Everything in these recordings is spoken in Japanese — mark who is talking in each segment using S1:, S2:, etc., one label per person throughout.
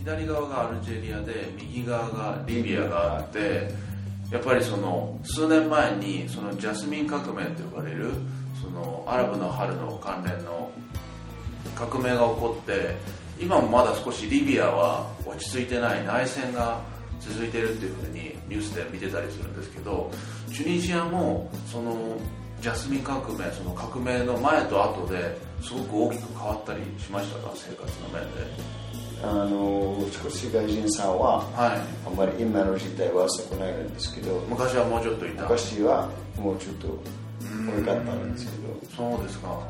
S1: 左側がアルジェリアで右側がリビアがあってやっぱりその数年前にそのジャスミン革命と呼ばれるそのアラブの春の関連の革命が起こって今もまだ少しリビアは落ち着いてない内戦が続いてるっていうふうにニュースで見てたりするんですけどチュニジアもそのジャスミン革命その革命の前と後ですごく大きく変わったりしましたか生活の面で
S2: あの少し外人さんは
S1: はい
S2: あんまり今の時代は少ないんですけど
S1: 昔はもうちょっといた
S2: 昔はもうちょっと多かったんですけど
S1: そうですか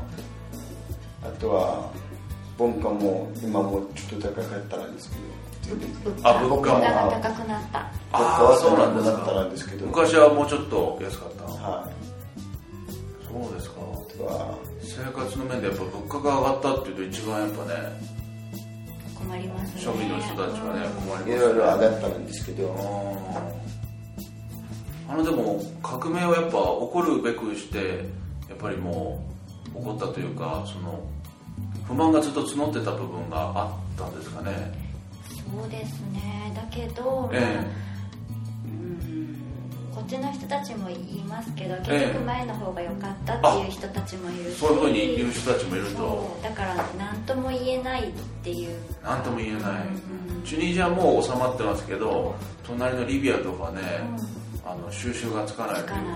S2: あとは文化も今もうちょっと高かったんですけど
S1: あ物価も
S2: は
S3: 高くなった
S2: 物価
S1: あー
S2: は
S1: そうなん
S2: 高
S1: で
S2: く
S1: す
S2: なった
S1: か
S2: んですけど
S1: 昔はもうちょっと安かった
S2: はい
S1: そうですか
S2: あとは
S1: 生活の面でやっぱ物価が上がったっていうと一番やっぱね
S3: 困りますね
S1: 庶民の人たちはね困ります
S2: い
S1: ね
S2: ろいろ上がったんですけど
S1: あのでも革命はやっぱ起こるべくしてやっぱりもう起こったというかその不満がずっと募ってた部分があったんですかね
S3: そうですねだけど、
S1: え
S3: まあうんこっちの人たちも言いますけど結
S1: ええ
S3: 局前の方が良かったっていう人たちもいるし、
S1: そういうふうに言う人たちもいると
S3: そうだから何とも言えないっていう
S1: 何とも言えない
S3: うん
S1: チュニジアもう収まってますけど隣のリビアとかね、あの収拾がつかないというか
S3: つかない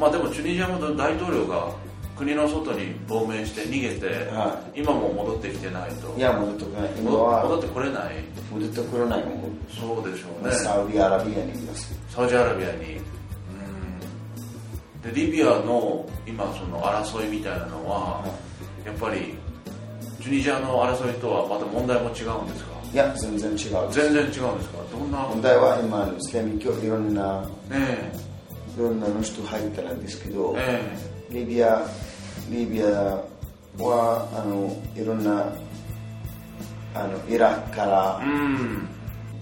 S1: まあでもチュニジアも大統領が国の外に亡命して逃げて、
S2: は
S1: 今も戻ってきてないと
S2: いや戻ってこない今
S1: 戻戻
S2: は
S1: ってこれない
S2: 戻ってこれないも
S1: そうでしょう
S2: う
S1: ね
S2: サウジアラビアにいます
S1: サウジアラビアにうんでリビアの今その争いみたいなのはやっぱりチュニジアの争いとはまた問題も違うんですか
S2: いや全然違う
S1: 全然違うんですかどんな
S2: 問題は今のイスラミ教いろんな
S1: ね
S2: いろんなの人入ってるんですけど、
S1: ええ
S2: リビアリビアはあのいろんなあのイラクか
S1: え
S2: ら
S1: うん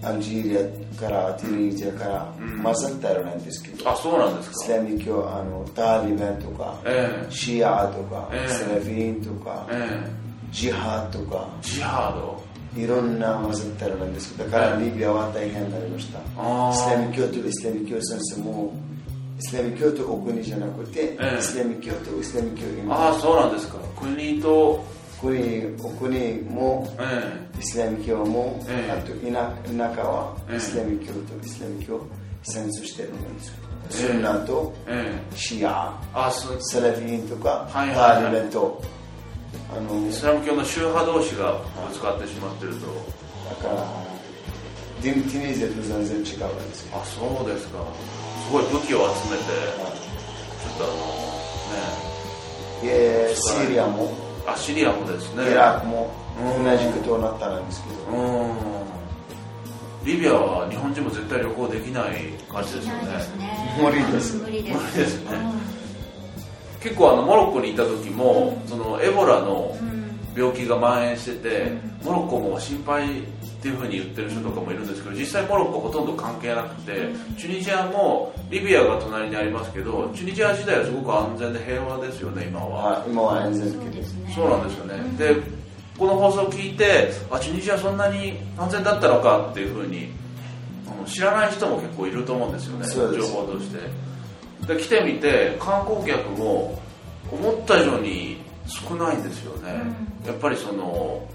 S2: アルジェリアからティニジアから混ざったようなんですけど、
S1: あそうなんです
S2: イ
S1: か
S2: スラミ教あのタリバンとか、
S1: ええ
S2: シアとか、
S1: ええ
S2: セラフィンとか、
S1: ええ
S2: ジハとか
S1: ジハード
S2: いろんな混ざったようなんですけどだから
S1: え
S2: リビアは大変になりました、
S1: あー
S2: イスラミ教とイスラミ教先生もイスラミ教とお国じゃなくて、
S1: ええ
S2: イスラミ教とイスラミ教今
S1: ああそうなんですか国と
S2: 国お国も
S1: ええ
S2: イスラム教も、
S1: ええ
S2: あと田田舎は
S1: ええ
S2: イスラム教とイスラム教戦争してるんです
S1: え
S2: けど、スンナと
S1: ええ
S2: シア
S1: あす
S2: セラフィンとか、
S1: はいはいはい
S2: タリバンとあの
S1: イスラム教の宗派同士がぶつかってしまってると
S2: だからディムティニーゼと全然違うんですよ
S1: あそうですかすごい武器を集めてちょっとあの
S2: でシリアも
S1: ねあシリアもですね
S2: イラクも
S1: うん
S2: 同じことになったんですけ
S1: う
S2: ど、
S1: ーんリビアは日本人も絶対旅行できない感じですよ
S3: ないです
S1: ね
S3: ね
S2: 無理です
S3: 無理です
S1: 無理ですね
S3: うん
S1: 結構あのモロッコにいた時もそのエボラの
S3: うん
S1: 病気が蔓延しててモロッコも心配っていうふうに言ってる人とかもいるんですけど実際モロッコほとんど関係なくてチュニジアもリビアが隣にありますけどチュニジア自体はすごく安全で平和ですよね今は、
S2: はい今は安全
S3: そう
S2: け
S3: で
S2: ど
S3: すね
S1: そうなんですよね、でこの放送を聞いてあチュニジアそんなに安全だったのかっていうふうにあの知らない人も結構いると思うんですよね
S2: そうです
S1: 情報としてで来てみて観光客も思った以上に少ないんですよね、やっぱりその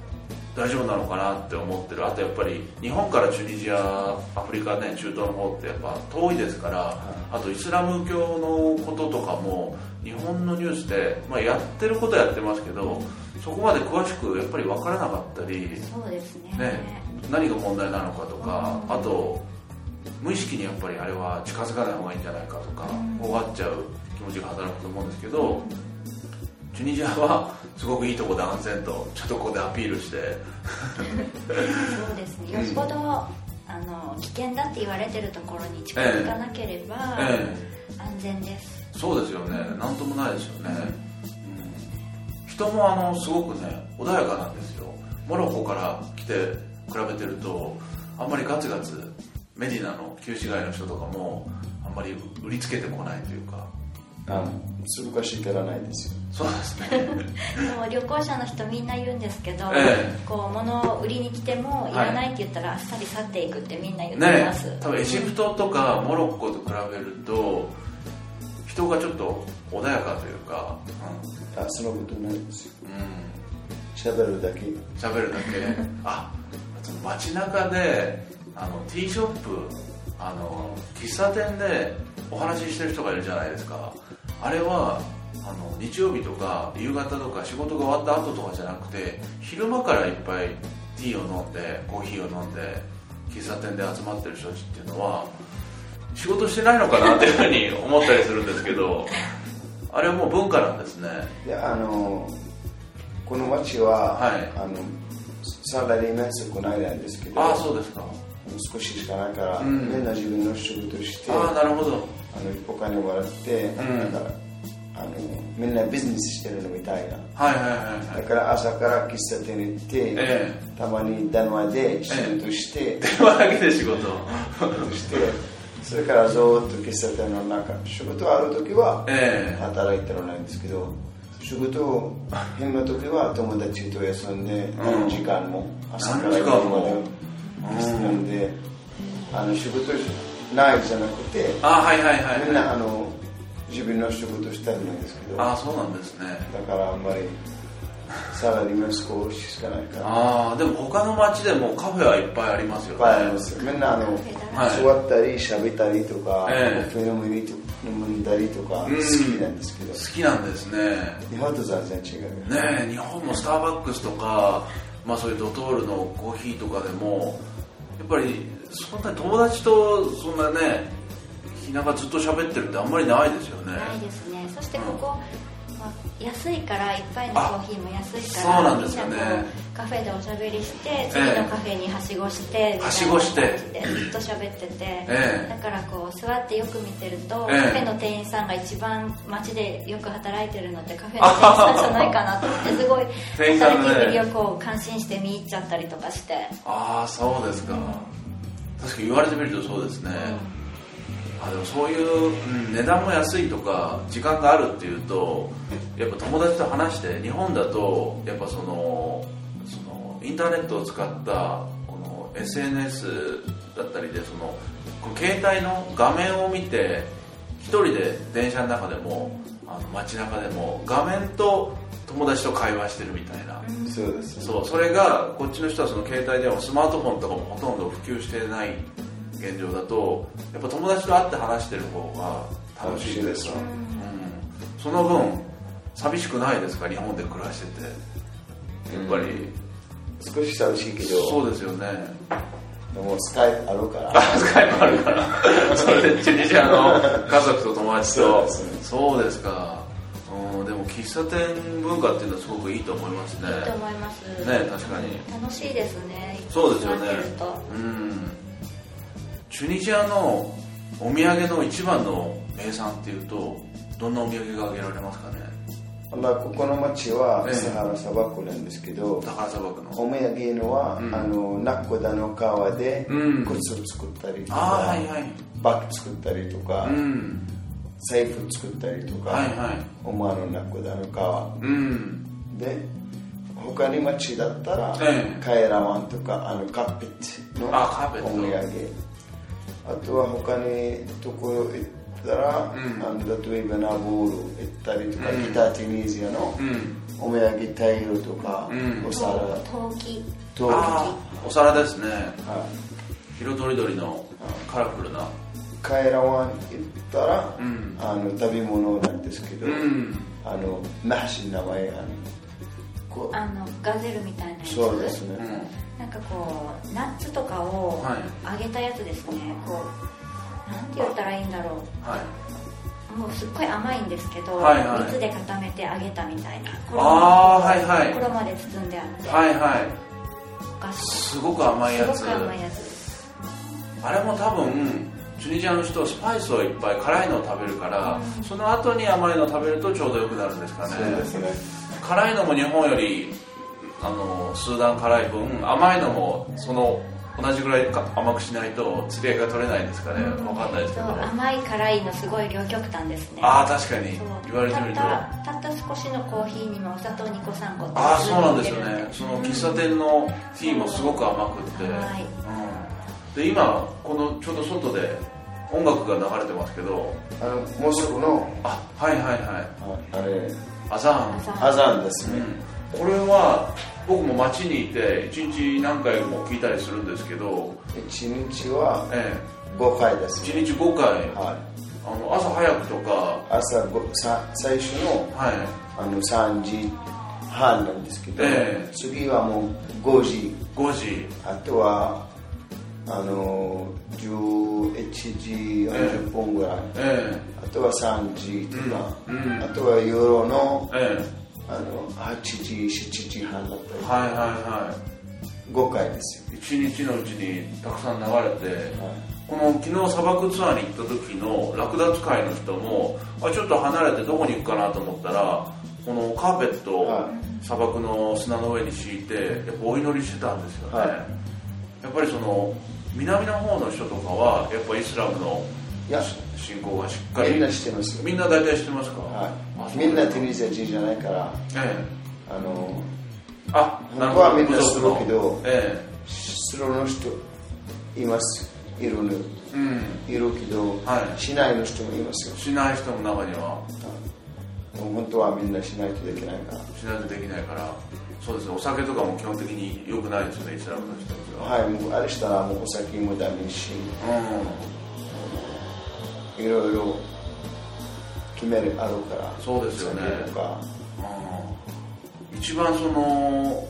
S1: 大丈夫なのかなって思ってるあとやっぱり日本からチュニジアアフリカね中東の方ってやっぱ遠いですからあとイスラム教のこととかも日本のニュースで、まあ、やってることはやってますけどそこまで詳しくやっぱり分からなかったり、
S3: そうですね
S1: ね、何が問題なのかとか
S3: うん
S1: あと無意識にやっぱりあれは近づかない方がいいんじゃないかとか
S3: うん
S1: 終わっちゃう気持ちが働くと思うんですけどチュニジアはすごくいいとこ断然とちょっとここでアピールして
S3: そうですねよっぽど、あの危険だって言われてるところに近づかなければ、
S1: え
S3: 安全です
S1: えそうですよね何ともないですよね、うん、人もあのすごくね穏やかなんですよモロッコから来て比べてるとあんまりガツガツメディナの旧市街の人とかもあんまり売りつけてこないというか
S2: あのすばかしがらないですよ
S1: そうですね
S3: でも旅行者の人みんな言うんですけど、
S1: え
S3: こう物を売りに来ても
S1: い
S3: いらないって言ったらあっさり去っていくってみんな言っ て
S1: ね
S3: ます、
S1: 多分エジプトとかモロッコと比べると人がちょっと穏やかというか
S2: あそのことないですよ
S1: うん、うん
S2: 喋るだけ
S1: 喋るだけあその街中であの T ショップあの喫茶店でお話ししてる人がいるじゃないですかあれはあの日曜日とか夕方とか仕事が終わった後とかじゃなくて昼間からいっぱいティーを飲んでコーヒーを飲んで喫茶店で集まってる人たちっていうのは仕事してないのかなっていうふうに思ったりするんですけどあれはもう文化なんですね
S2: いやあのこの町は、
S1: はい
S2: あのサラリーマン少ないんですけど
S1: ああそうですか
S2: 少ししかないから、
S1: うん
S2: みんな自分の仕事して
S1: ああなるほど
S2: あのお金もらって、
S1: ん
S2: だからあのみんなビジネスしてるのみたいな
S1: はいはいはいはい
S2: だから朝から喫茶店に行って、
S1: え
S2: たまに電話で仕事して、
S1: 電話だけで仕事 を
S2: してそれからずっと喫茶店の中仕事ある時は
S1: ええ
S2: 働いてらないんですけど仕事を変な時は友達と休んで何時間も朝から夜まで休んで、あの仕事ないじゃなくて、
S1: あはいはいはい
S2: みんなあの自分の仕事したいんですけどだ
S1: あそうなんですね
S2: からあんまりサラリーマン少ししかないからいっ
S1: ああでも他の町でもカフェはいっぱいありますよね
S2: ぱいありますみんなあの
S1: はい
S2: 座ったり喋ったりとか、
S1: ええ
S2: お酒飲みにと飲んだりとか好
S1: うん
S2: きなんですけど、
S1: 好きなんですね
S2: 日本と全然違う、
S1: ねえ日本もスターバックスとか、まあ、そういうドトールのコーヒーとかでもやっぱりそんなに友達とそんなねひながずっと喋ってるってあんまりないですよね
S3: ないですねそしてここ、まあ安いから一杯のコーヒーも安いから
S1: そうなんですよね
S3: みなこうカフェでおしゃべりして次のカフェにはしごしてみたいな
S1: はしごして
S3: 感じでずっと喋ってて、
S1: え
S3: だからこう座ってよく見てると、
S1: ええ
S3: カフェの店員さんが一番街でよく働いてるのってカフェの店員さんじゃないかなと思ってすごい
S1: 店員さんね
S3: 働きぶりをこう感心して見入っちゃったりとかして
S1: ああそうですか確かに言われてみるとそうですね、あでもそういう、うん値段も安いとか時間があるっていうとやっぱ友達と話して日本だとやっぱそのそのインターネットを使ったこの SNS だったりでそのこの携帯の画面を見て一人で電車の中でもあの街中でも画面と友達と会話してるみたいな、
S2: そうですね
S1: そうそれがこっちの人はその携帯電話スマートフォンとかもほとんど普及してない現状だとやっぱ友達と会って話してる方が楽しいですか、
S2: 楽しいですね
S1: うん、その分寂しくないですか日本で暮らしててやっぱり、
S2: 少し寂しいけど
S1: そうですよね
S2: でもスカイプあるから
S1: あスカイプあるからそれでチュニジアの家族と友達
S2: そう
S1: と
S2: ですね
S1: そうですか、うん、でも喫茶店文化っていうのはすごくいいと思いますね
S3: いいと思います、
S1: ね確かに
S3: 楽しいですね
S1: そうですよ
S3: 座
S1: ね
S3: ってると
S1: うんチュニジアのお土産の一番の名産っていうとどんなお土産が挙げられますかね
S2: まあ、ここの町は
S1: ええ
S2: サハラ砂漠なんですけど、
S1: 宝砂漠
S2: お
S1: の
S2: 土産のは、
S1: うん
S2: あのナッコダの川で
S1: うん
S2: 靴を作ったりと
S1: ああ
S2: か、
S1: はいはい
S2: バッグ作ったりとか、
S1: うん
S2: 財布作ったりとか、
S1: はいはい
S2: お前のナッコダの川
S1: うん
S2: で他に町だったら、
S1: ええ
S2: カエラワンとかあのカーペットの
S1: あカーペット
S2: お土産あとは他にところ行ったら、
S1: うん
S2: あの例えばナボール行ったりとか、
S1: うん
S2: 北テュニジアの、
S1: うん
S2: お土産タイルとか、
S1: うん
S2: お皿
S3: 陶器
S2: と
S1: あーお皿ですね
S2: は
S1: 色とりどりのカラフルない
S2: カエラワン行ったら、
S1: うん
S2: あの食べ物なんですけど、
S1: うん
S2: あのマハシの名前あのこう
S3: あのガゼルみたいなやつ
S2: そうですね、
S1: う
S3: なんかこうナッツとかを
S1: はい
S3: 揚げたやつですね、こうなんて言ったらいいんだろ
S1: んはい、
S3: うもうすっごい甘いんですけど、
S1: はいはい
S3: 熱で固めて揚げたみたいな
S1: あーはいはい
S3: 衣まで包んであって、
S1: はいはい
S3: お菓子
S1: すごく甘いやつ
S3: すごく甘いやつです
S1: あれも多分チュニジアの人はスパイスをいっぱい辛いのを食べるから、その後に甘いのを食べるとちょうどよくなるんですかね
S2: そうですね
S1: 辛いのも日本よりあの数段辛い分甘いのもその同じぐらいか甘くしないと釣り合いが取れないんですかね分かんないですけ
S3: そう
S1: ど
S3: 甘い辛いのすごい両極端ですね
S1: ああ確かに
S3: そう
S1: 言われてみると
S3: たっ
S1: あ
S3: たたった少しのコーヒーにもお砂糖2個3個
S1: あーそうなんですよ
S3: 入れ
S1: ね
S3: る
S1: その喫茶店のティーもすごく甘くって、
S3: はい
S1: うん、で今このちょうど外で音楽が流れてますけど
S2: あのモスクの
S1: あはいはいはい
S2: ああれ
S1: アザーン
S3: 朝
S2: アザンです
S1: う
S2: ね、
S1: んこれは僕も街にいて一日何回も聞いたりするんですけど、
S2: 一日は
S1: え
S2: 5回です、
S1: 1日5回
S2: はい、
S1: あの朝早くとか
S2: 朝ごさ最初の
S1: はい
S2: あの3時半なんですけど、
S1: ええ
S2: 次はもう5時
S1: 5時
S2: あとはあの11時40分ぐらい、
S1: え
S2: あとは3時とか、
S1: うんうん
S2: あとはユーロの
S1: ええ
S2: あの8時7時半だっ
S1: え
S2: た
S1: はいはいは
S2: り5回ですよ
S1: い1日のうちにたくさん流れて、
S2: はい
S1: この昨日砂漠ツアーに行った時のラクダ使いの人もあちょっと離れてどこに行くかなと思ったらこのカーペットを
S2: は
S1: 砂漠の砂の上に敷いてやっぱお祈りしてたんですよね、
S2: はい
S1: やっぱりその南の方の人とかはやっぱイスラムの
S2: いや
S1: 信仰がしっかり
S2: みんなしてますよ
S1: みんな大体知ってますか、あ
S2: は
S1: そ
S2: いうみんな
S1: です
S2: テ
S1: か
S2: ニス人じゃないから
S1: え
S2: あの
S1: えあなる
S2: 本
S1: ほど
S2: 当はみんなするけ
S1: 部
S2: ど
S1: 族のえ
S2: スローの人いますいるの
S1: えうん
S2: いるけど、
S1: はい
S2: しないの人もいますよ
S1: しない人も中には
S2: 本当はみんなしないといけないから
S1: しないとできないからそうですねお酒とかも基本的に良くないですよねイスラムの人たちは
S2: はい、もうあれしたらもうお酒もダメし、
S1: う
S2: いろいろ決めるあるから、
S1: そうですよね
S2: 酒とか
S1: ん、一番その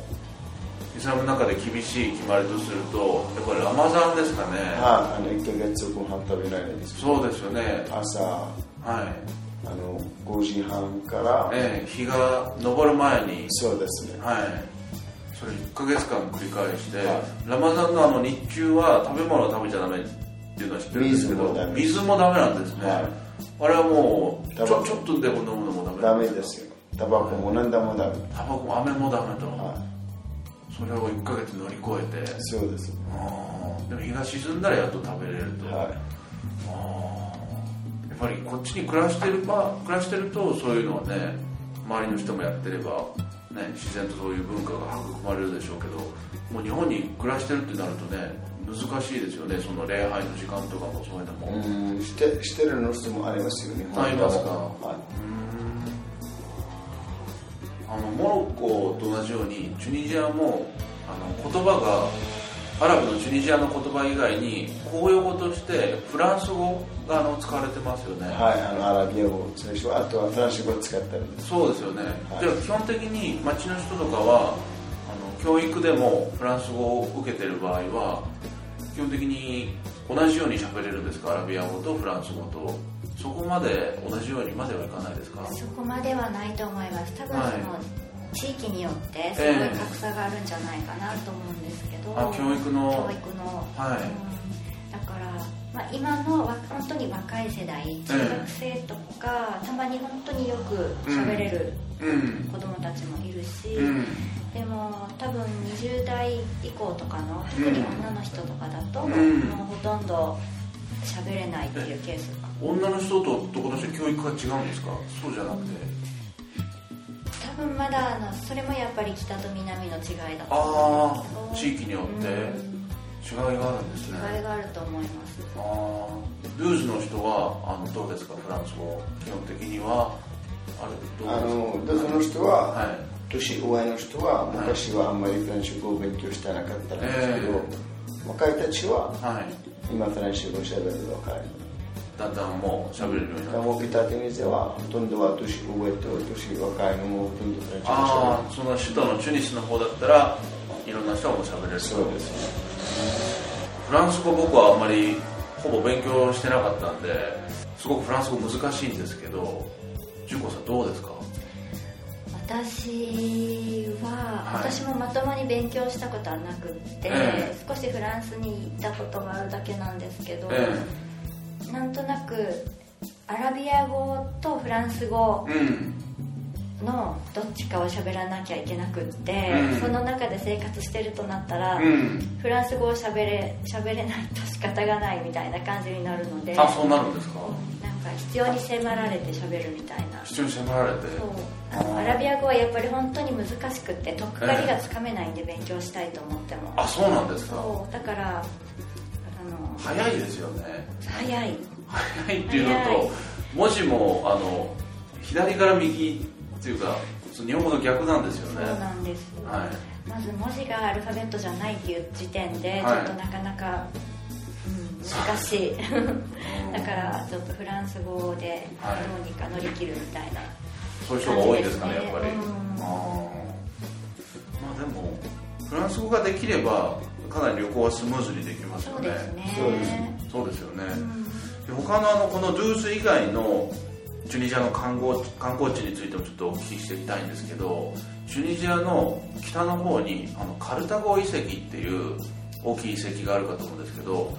S1: イスラムの中で厳しい決まりとするとやっぱりラマザンですかね、
S2: はい、あの1ヶ月ご飯食べないです。
S1: そうですよね
S2: 朝
S1: はい、
S2: あの5時半から、
S1: ええ日が昇る前に
S2: そうですね。
S1: はいそれ1ヶ月間繰り返して、
S2: は
S1: ラマザンのあの日中は食べ物を食べちゃダメっていうのは知ってるんですけど
S2: 水もダメ
S1: 水もダメなんですね、
S2: はい
S1: あれはもうちょ
S2: タバコ
S1: ちょっとでも飲むのもダメ
S2: ダメですよ。タバコも何でもダメ。
S1: タバコも飴もダメと、
S2: は
S1: それを1ヶ月乗り越えて
S2: い、そうです。
S1: あーでも日が沈んだらやっと食べれると、
S2: は
S1: あーやっぱりこっちに暮らしてれば暮らしてるとそういうのはね周りの人もやってれば、ね、自然とそういう文化が育まれるでしょうけどもう日本に暮らしてるってなるとね難しいですよねその礼拝の時間とかもそういうのも、
S2: い。うん、してしてるの人もありますよね。
S1: ありますか
S2: はい。
S1: あのモロッコと同じようにチュニジアもあの言葉がアラブのチュニジアの言葉以外に公用語としてフランス語があの使われてますよね、
S2: はい、あのアラビア語最初あとはフランス語使ったりです。
S1: そうですよね、
S2: はい
S1: じゃあ基本的に町の人とかはあの教育でもフランス語を受けてる場合は基本的に同じように喋れるんですかアラビア語とフランス語とそこまで同じようにまではいかないですか
S3: そこまではないと思います多分そ
S1: は
S3: の
S1: い
S3: 地域によってす
S1: ええ
S3: ごい格差があるんじゃないかなと思うんですけど、
S1: あ教育の
S3: 教育の、
S1: はい
S3: うんだから、まあ、今のわ本当に若い世代中学生とか、たまに本当によく喋れる
S1: うん
S3: 子供たちもいるし、
S1: うん
S3: でも多分20代以降とかの特に女の人とかだと、
S1: うん
S3: もうほとんど喋れないっていうケースが
S1: 女の人と男の人教育が違うんですかそうじゃなくて
S3: 多分まだあのそれもやっぱり北と南の違いだと思
S1: あ
S3: うん
S1: あ
S3: です
S1: 地
S3: けど
S1: 域によって
S3: う
S1: 違
S3: ん
S1: いがあるんですね
S3: 違いがあると思います
S1: ああルーズの人はあのどうですかフランス語基本的にはあれどうですか
S2: あの、どこの人は
S1: はい
S2: 年上の人は昔はあんまりフランス語を勉強してなかったんですけど、若いたちは
S1: はい
S2: 今フランス語をしゃべる若い
S1: だんだんもう喋れるようにな
S2: ダ
S1: って
S2: モビタテニゼはほとんどは年上と年若いのもほとんどフランス語をしゃ
S1: ああその首都のチュニスの方だったらいろんな人がもう喋れる
S2: べるそうですね
S1: フランス語僕はあんまりほぼ勉強してなかったんですごくフランス語難しいんですけど純子さんどうですか
S3: 私は、
S1: はい
S3: 私もまともに勉強したことはなくって、
S1: え
S3: 少しフランスに行ったことがあるだけなんですけど、なんとなくアラビア語とフランス語
S1: うん
S3: のどっちかを喋らなきゃいけなくって、
S1: うん
S3: その中で生活してるとなったら、
S1: うん
S3: フランス語を喋れ喋れないと仕方がないみたいな感じになるのでなん
S1: あ
S3: か
S1: そうなるんですか
S3: 必要に迫られて喋るみたいな
S1: 一緒に迫られて
S3: そうあのアラビア語はやっぱり本当に難しくってとっかかりがつかめないんで勉強したいと思っても
S1: あそうなんですか
S3: そうだからあの
S1: 早いですよね
S3: 早い
S1: 早いっていうのと文字もあの左から右っていうかそう日本語の逆なんですよ
S3: そう
S1: ね
S3: なんです、
S1: はい
S3: まず文字がアルファベットじゃないっていう時点でちょ
S1: はい
S3: っとなかなか、うん、難しいだからちょっとフランス語で
S1: はい
S3: どうにか乗り切るみたいな、
S1: そういう人が多いですかね、やっぱり。
S3: うん
S1: あーまあでも、フランス語ができれば、かなり旅行はスムーズにできます
S3: そ
S1: よ
S3: う
S1: ね。
S3: ですね
S2: そうです
S1: そうですよね。
S3: うん
S1: で他のあのこのドゥース以外のチュニジアの観光観光地についてもちょっとお聞きしてみたいんですけど、チュニジアの北の方にあのカルタゴ遺跡っていう大きい遺跡があるかと思うんですけど、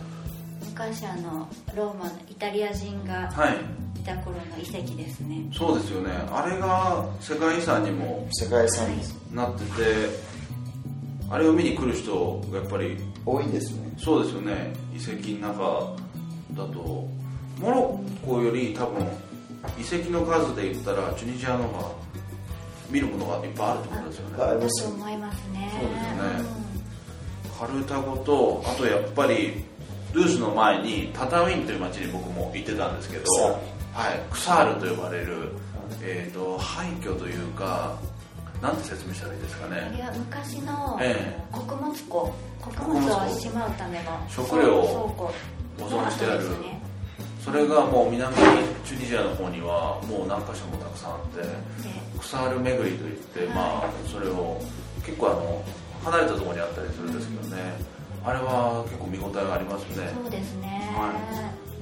S3: 昔あのローマのイタリア人が
S1: はい、
S3: いた頃の遺跡ですね
S1: そうですよね。あれが世界遺産にも
S2: 世界遺産です
S1: なっててあれを見に来る人がやっぱり
S2: 多いですね
S1: そうですよね遺跡の中だとモロッコより多分遺跡の数で言ったらチュニジアの方が見るものがいっぱいあるってことですよね
S2: あり
S3: だ
S2: ま
S3: と
S2: す
S3: 思いますね
S1: そうですねカルタゴとあとやっぱりルースの前にタタウィンという町に僕も行ってたんですけど
S2: クサール
S1: はい、クサールと呼ばれる、えー、と廃墟というかなんて説明したらいいですか
S3: うんあ
S1: ね
S3: れは昔の
S1: ええ
S3: 穀物庫穀物をしまうための
S1: 食料を
S3: 倉庫
S1: 保存してある
S3: の跡ですね
S1: それがもう南チュニジアの方にはもう何箇所もたくさんあって
S3: で
S1: クサール巡りといって、まあそれを結構あの離れたところにあったりするんですけどねあれは結構見応えがありますね
S3: そうですね、
S1: は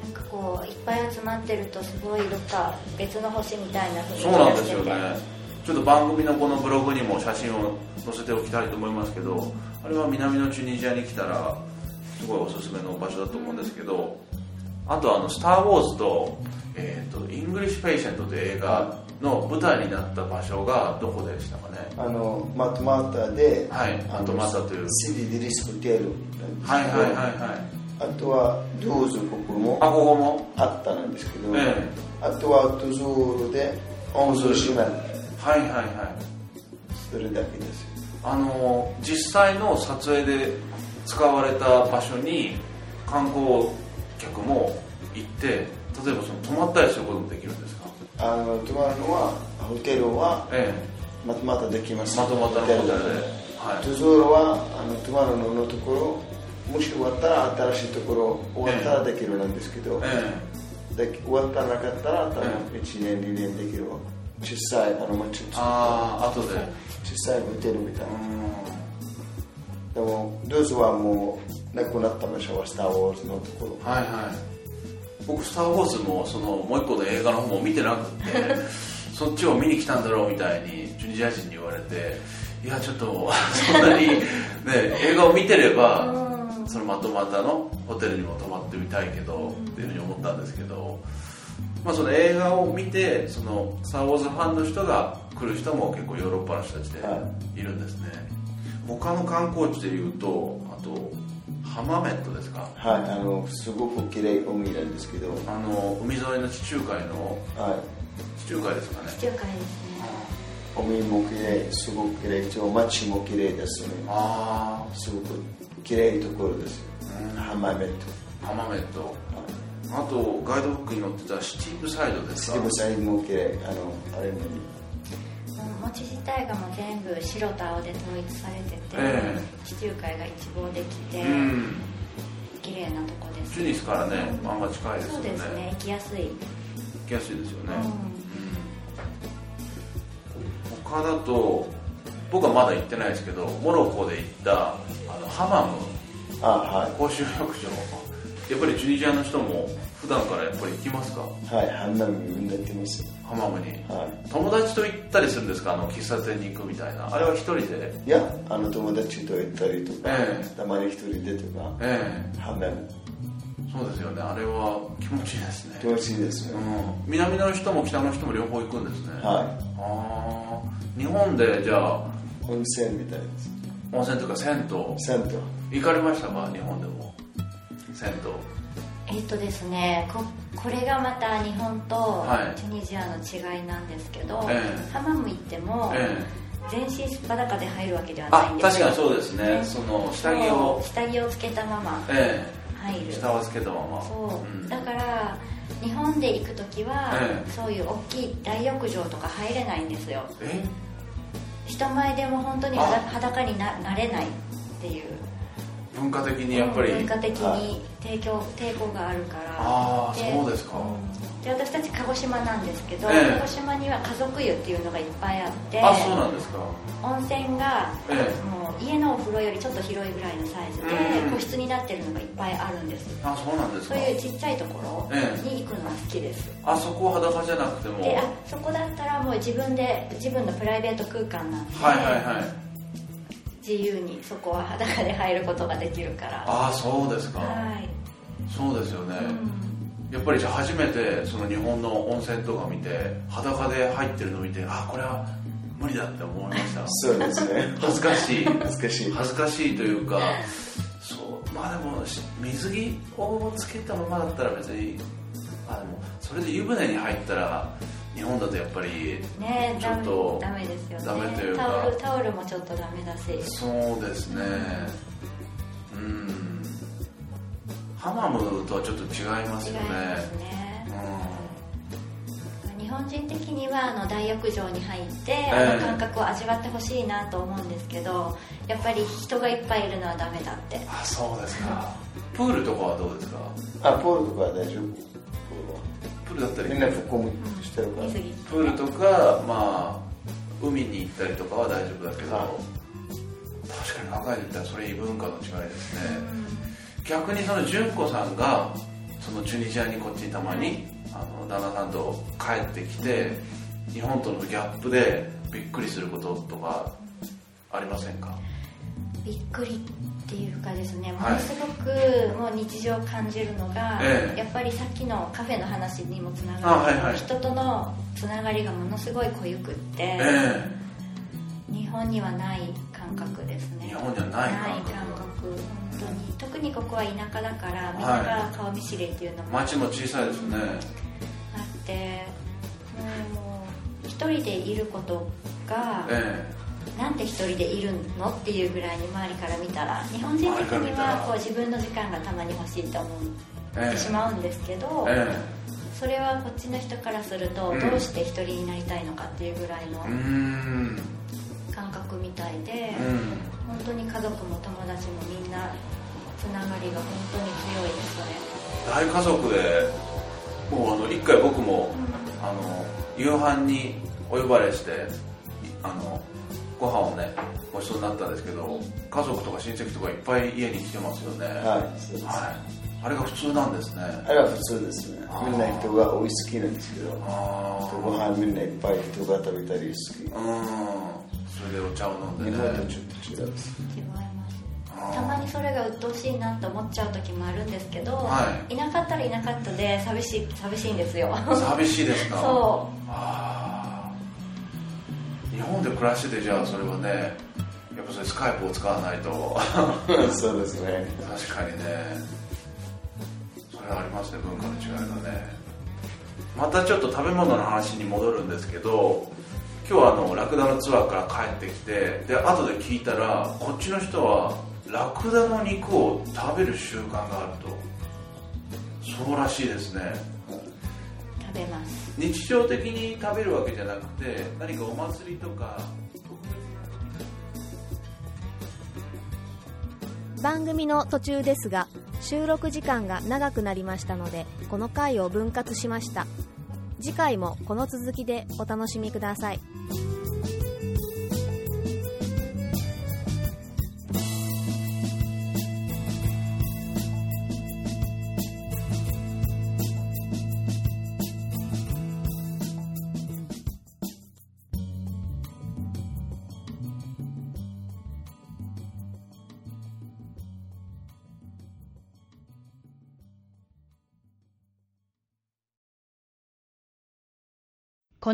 S3: なんかこういっぱい集まってるとすごいどっか別の星みたいな雰囲気
S1: そうなんですよねちょっと番組のこのブログにも写真を載せておきたいと思いますけどあれは南のチュニジアに来たらすごいおすすめの場所だと思うんですけどあとあの「スター・ウォーズと」えーと「イングリッシュ・ペイシェント」という映画の舞台になった場所がどこでしたかね
S2: あのマトマータで、
S1: はい
S2: あ
S1: マ
S2: の
S1: トマータという
S2: シリディリスホテル
S1: はいはいはいはい
S2: あとはドゥーズここも
S1: あここも
S2: あったんですけど、
S1: え
S2: あとはトゥズールでオンズ島
S1: はいはいはい
S2: それだけです
S1: あの実際の撮影で使われた場所に観光客も行って例えばその泊まったりすることもできるんですか
S2: あの泊まるのはホテルは
S1: え
S2: まとまたできま
S1: え
S2: す
S1: まとまったのホ
S2: ホ
S1: テ
S2: テ
S1: ル
S2: ル
S1: で
S2: で
S1: は
S2: トゥズールはあの泊まるののところもし終わったら新しいところ終わったらできるなんですけど、
S1: いえ
S2: で終わったらなかったら多分
S1: え
S2: 1年2年できる小さいあの町
S1: え
S2: 小
S1: ああ後で
S2: さいホテルみたいうな、
S1: ん
S2: でもドゥーズはもうなくなった場所はスター・ウォーズのところ
S1: はいはい僕「スター・ウォーズも」そのもう一個の映画の方も見てなくて そっちを見に来たんだろうみたいにチュニジア人に言われていやちょっとそんなに、ね、映画を見てれば、そのまとまったのホテルにも泊まってみたいけどっていうふうに思ったんですけど、まあ、その映画を見てその「スター・ウォーズ」ファンの人が来る人も結構ヨーロッパの人たちで
S2: はい
S1: いるんですね、他の観光地でいうとあとハマメットですか
S2: はいあのすごく綺麗海なんですけど
S1: あの海沿いの地中海の
S2: はい
S1: 地中海ですかね
S3: 地中海ですね
S2: 海も綺麗すごく綺麗と街も綺麗ですね
S1: あ
S2: すごく綺麗ところですよ浜辺と
S1: あハマメットあとガイドブックに載ってたシティブサイドです
S2: ス
S1: か
S2: ティブサイドも綺麗あのあれも
S3: お餅自体がもう全部白と青で統一されてて、
S1: え
S3: 地中海が一望できて、
S1: うん
S3: 綺麗なとこです
S1: チュニスからねあんま近いですよ
S3: そう
S1: ね
S3: ですね行きやすい、
S1: 行きやすいですよね
S3: う、
S1: うん他だと僕はまだ行ってないですけどモロッコで行ったあのハマム
S2: あは
S1: 公衆浴場やっぱりチュニジアの人も普段からやっぱり行きますか
S2: いはい花見みんなやってます
S1: ハマムに
S2: は
S1: 友達と行ったりするんですかあの喫茶店に行くみたいなあれは一人で
S2: いいやあの友達と行ったりとか、
S1: ええ
S2: たまに一人でとか
S1: ええ
S2: 花見
S1: そうですよねあれは気持ちいいですね
S2: 楽しいです
S1: う
S2: ね、
S1: ん、南の人も北の人も両方行くんですね、
S2: は
S1: ああ日本でじゃあ
S2: い温泉みたいです
S1: 温泉というか銭
S2: 銭湯
S1: 湯行かれましたか日本でも銭
S3: えっとですねここれがまた日本と
S1: はい
S3: チュニジアの違いなんですけど、
S1: ええ
S3: ハマム行っても
S1: 湯、え
S3: 全身すっぱだかで入るわけでは
S1: え
S3: ない
S1: あ
S3: んです
S1: 確
S3: よ
S1: かにそうですねその下着を
S3: 下着をつけたまま
S1: え
S3: 入
S1: え
S3: る
S1: 下をつけたまま
S3: そう、
S1: ん
S3: だから日本で行く時は、
S1: ええ
S3: そういう大きい大浴場とか入れないんですよ
S1: え
S3: 人前でも本当に
S1: あ
S3: 裸裸にななれないっていう
S1: 文化的にやっぱり
S3: 文化的に抵抗抵抗があるから
S1: ああ
S3: で
S1: そうですか
S3: で私たち鹿児島なんですけど、
S1: ええ
S3: 鹿児島には家族湯っていうのがいっぱいあって
S1: あそうなんですか
S3: 温泉が、
S1: ええ
S3: もう家のお風呂よりちょっと広いぐらいのサイズで、
S1: うん
S3: 個室になってるのがいっぱいあるんです
S1: あそうなんです
S3: そ
S1: か
S3: ういうちっちゃいところ
S1: ええ
S3: に行くのは好きです、
S1: あそこは裸じゃなくても
S3: であそこだったらもう自分で自分のプライベート空間なんで、
S1: はいはいはい
S3: 自由にそこは裸で入ることができるから
S1: ああそうですか、
S3: はい、
S1: そうですよね、
S3: うん
S1: やっぱりじゃあ初めてその日本の温泉とか見て裸で入ってるの見てあこれは無理だって思いました
S2: そうですね
S1: 恥ずかしい
S2: 恥ずかしい
S1: 恥ずかしいというかそうまあでもし水着をつけたままだったら別にあでもそれで湯船に入ったら日本だとやっぱり
S3: ねえ
S1: ちょっと
S3: ダメダメですよね
S1: ダメというか
S3: タオルタオルもちょっとダメだし
S1: そうですねうんハマムとはちょっと違います
S3: 違い
S1: よ
S3: ま
S1: ね
S3: すね
S1: う
S3: 日本人的にはあの大浴場に入って、
S1: え
S3: あの感覚を味わってほしいなと思うんですけどやっぱり人がいっぱいいるのはダメだって
S1: んあそうですかプールとかはどうですか
S2: あポールとか大丈夫
S1: プールだったり
S2: みんな服込むしてるから
S3: 水着着て
S1: プールとかまあ海に行ったりとかは大丈夫だけど、
S2: はい
S1: 確かに考えてみたらそれ異文化の違いですね、逆にその純子さんがそのチュニジアにこっちにたまに、あの旦那さんと帰ってきて日本とのギャップでびっくりすることとかありませんか
S3: びっくりっていうかですねも
S1: はい
S3: のすごくもう日常を感じるのが、
S1: ええ
S3: やっぱりさっきのカフェの話にもつな
S1: あ
S3: が
S1: は
S3: る、
S1: いはい
S3: 人とのつながりがものすごい濃ゆくって、
S1: え
S3: 日本にはない感覚ですね
S1: 日本にはない感覚
S3: ない感覚本当に特にここは田舎だからみん
S1: は
S3: ないが顔見知りっていうの
S1: え
S3: もあっ
S1: 街も小さいですね
S3: て、うんもう一人でいることが、
S1: え
S3: なんで一人でいるのっていうぐらいに周りから見たら日本人的にはこう自分の時間がたまに欲しいと思
S1: え
S3: っ
S1: え
S3: てしまうんですけど、
S1: ええ
S3: それはこっちの人からすると
S1: うん
S3: どうして一人になりたいのかっていうぐらいの
S1: えうーん
S3: 感覚みたいで、
S1: うん
S3: 本当に家族も友達もみんなつながりが本当に強いですね。
S1: 大家族でもうあの一回僕もあの夕飯にお呼ばれしてあのご飯をねごちそうになったんですけど家族とか親戚とかいっぱい家に来てますよね
S2: はいそうです
S1: はいあれが普通なんですね
S2: あれは普通ですねみんな人が多い好きなんですけど
S1: あ
S2: ご
S1: あ
S2: 飯みんないっぱい人が食べたり好き
S1: うんそれでお茶を飲んで
S2: 日
S1: ね
S2: 本とちょっと違う
S3: 違います
S1: あー
S3: たまにそれが鬱陶しいなと思っちゃう時もあるんですけど、、
S1: はい
S3: なかったらいなかったで寂しい寂しいんで すよ
S1: 寂しいですか
S3: そ
S1: あー日本で暮らしててじゃあそれはねやっぱそれスカイプを使わないと
S2: そうです ね
S1: 確かにねそれはありますね文化の違いがねまたちょっと食べ物の話に戻るんですけど今日はあのラクダのツアーから帰ってきてで後で聞いたらこっちの人はラクダの肉を食べる習慣があるとそうらしいですね
S3: 食食べます
S1: 日常的に食べるわけじゃなくて何かお祭りとか
S4: 番組の途中ですが収録時間が長くなりましたのでこの回を分割しました次回もこの続きでお楽しみください
S5: こ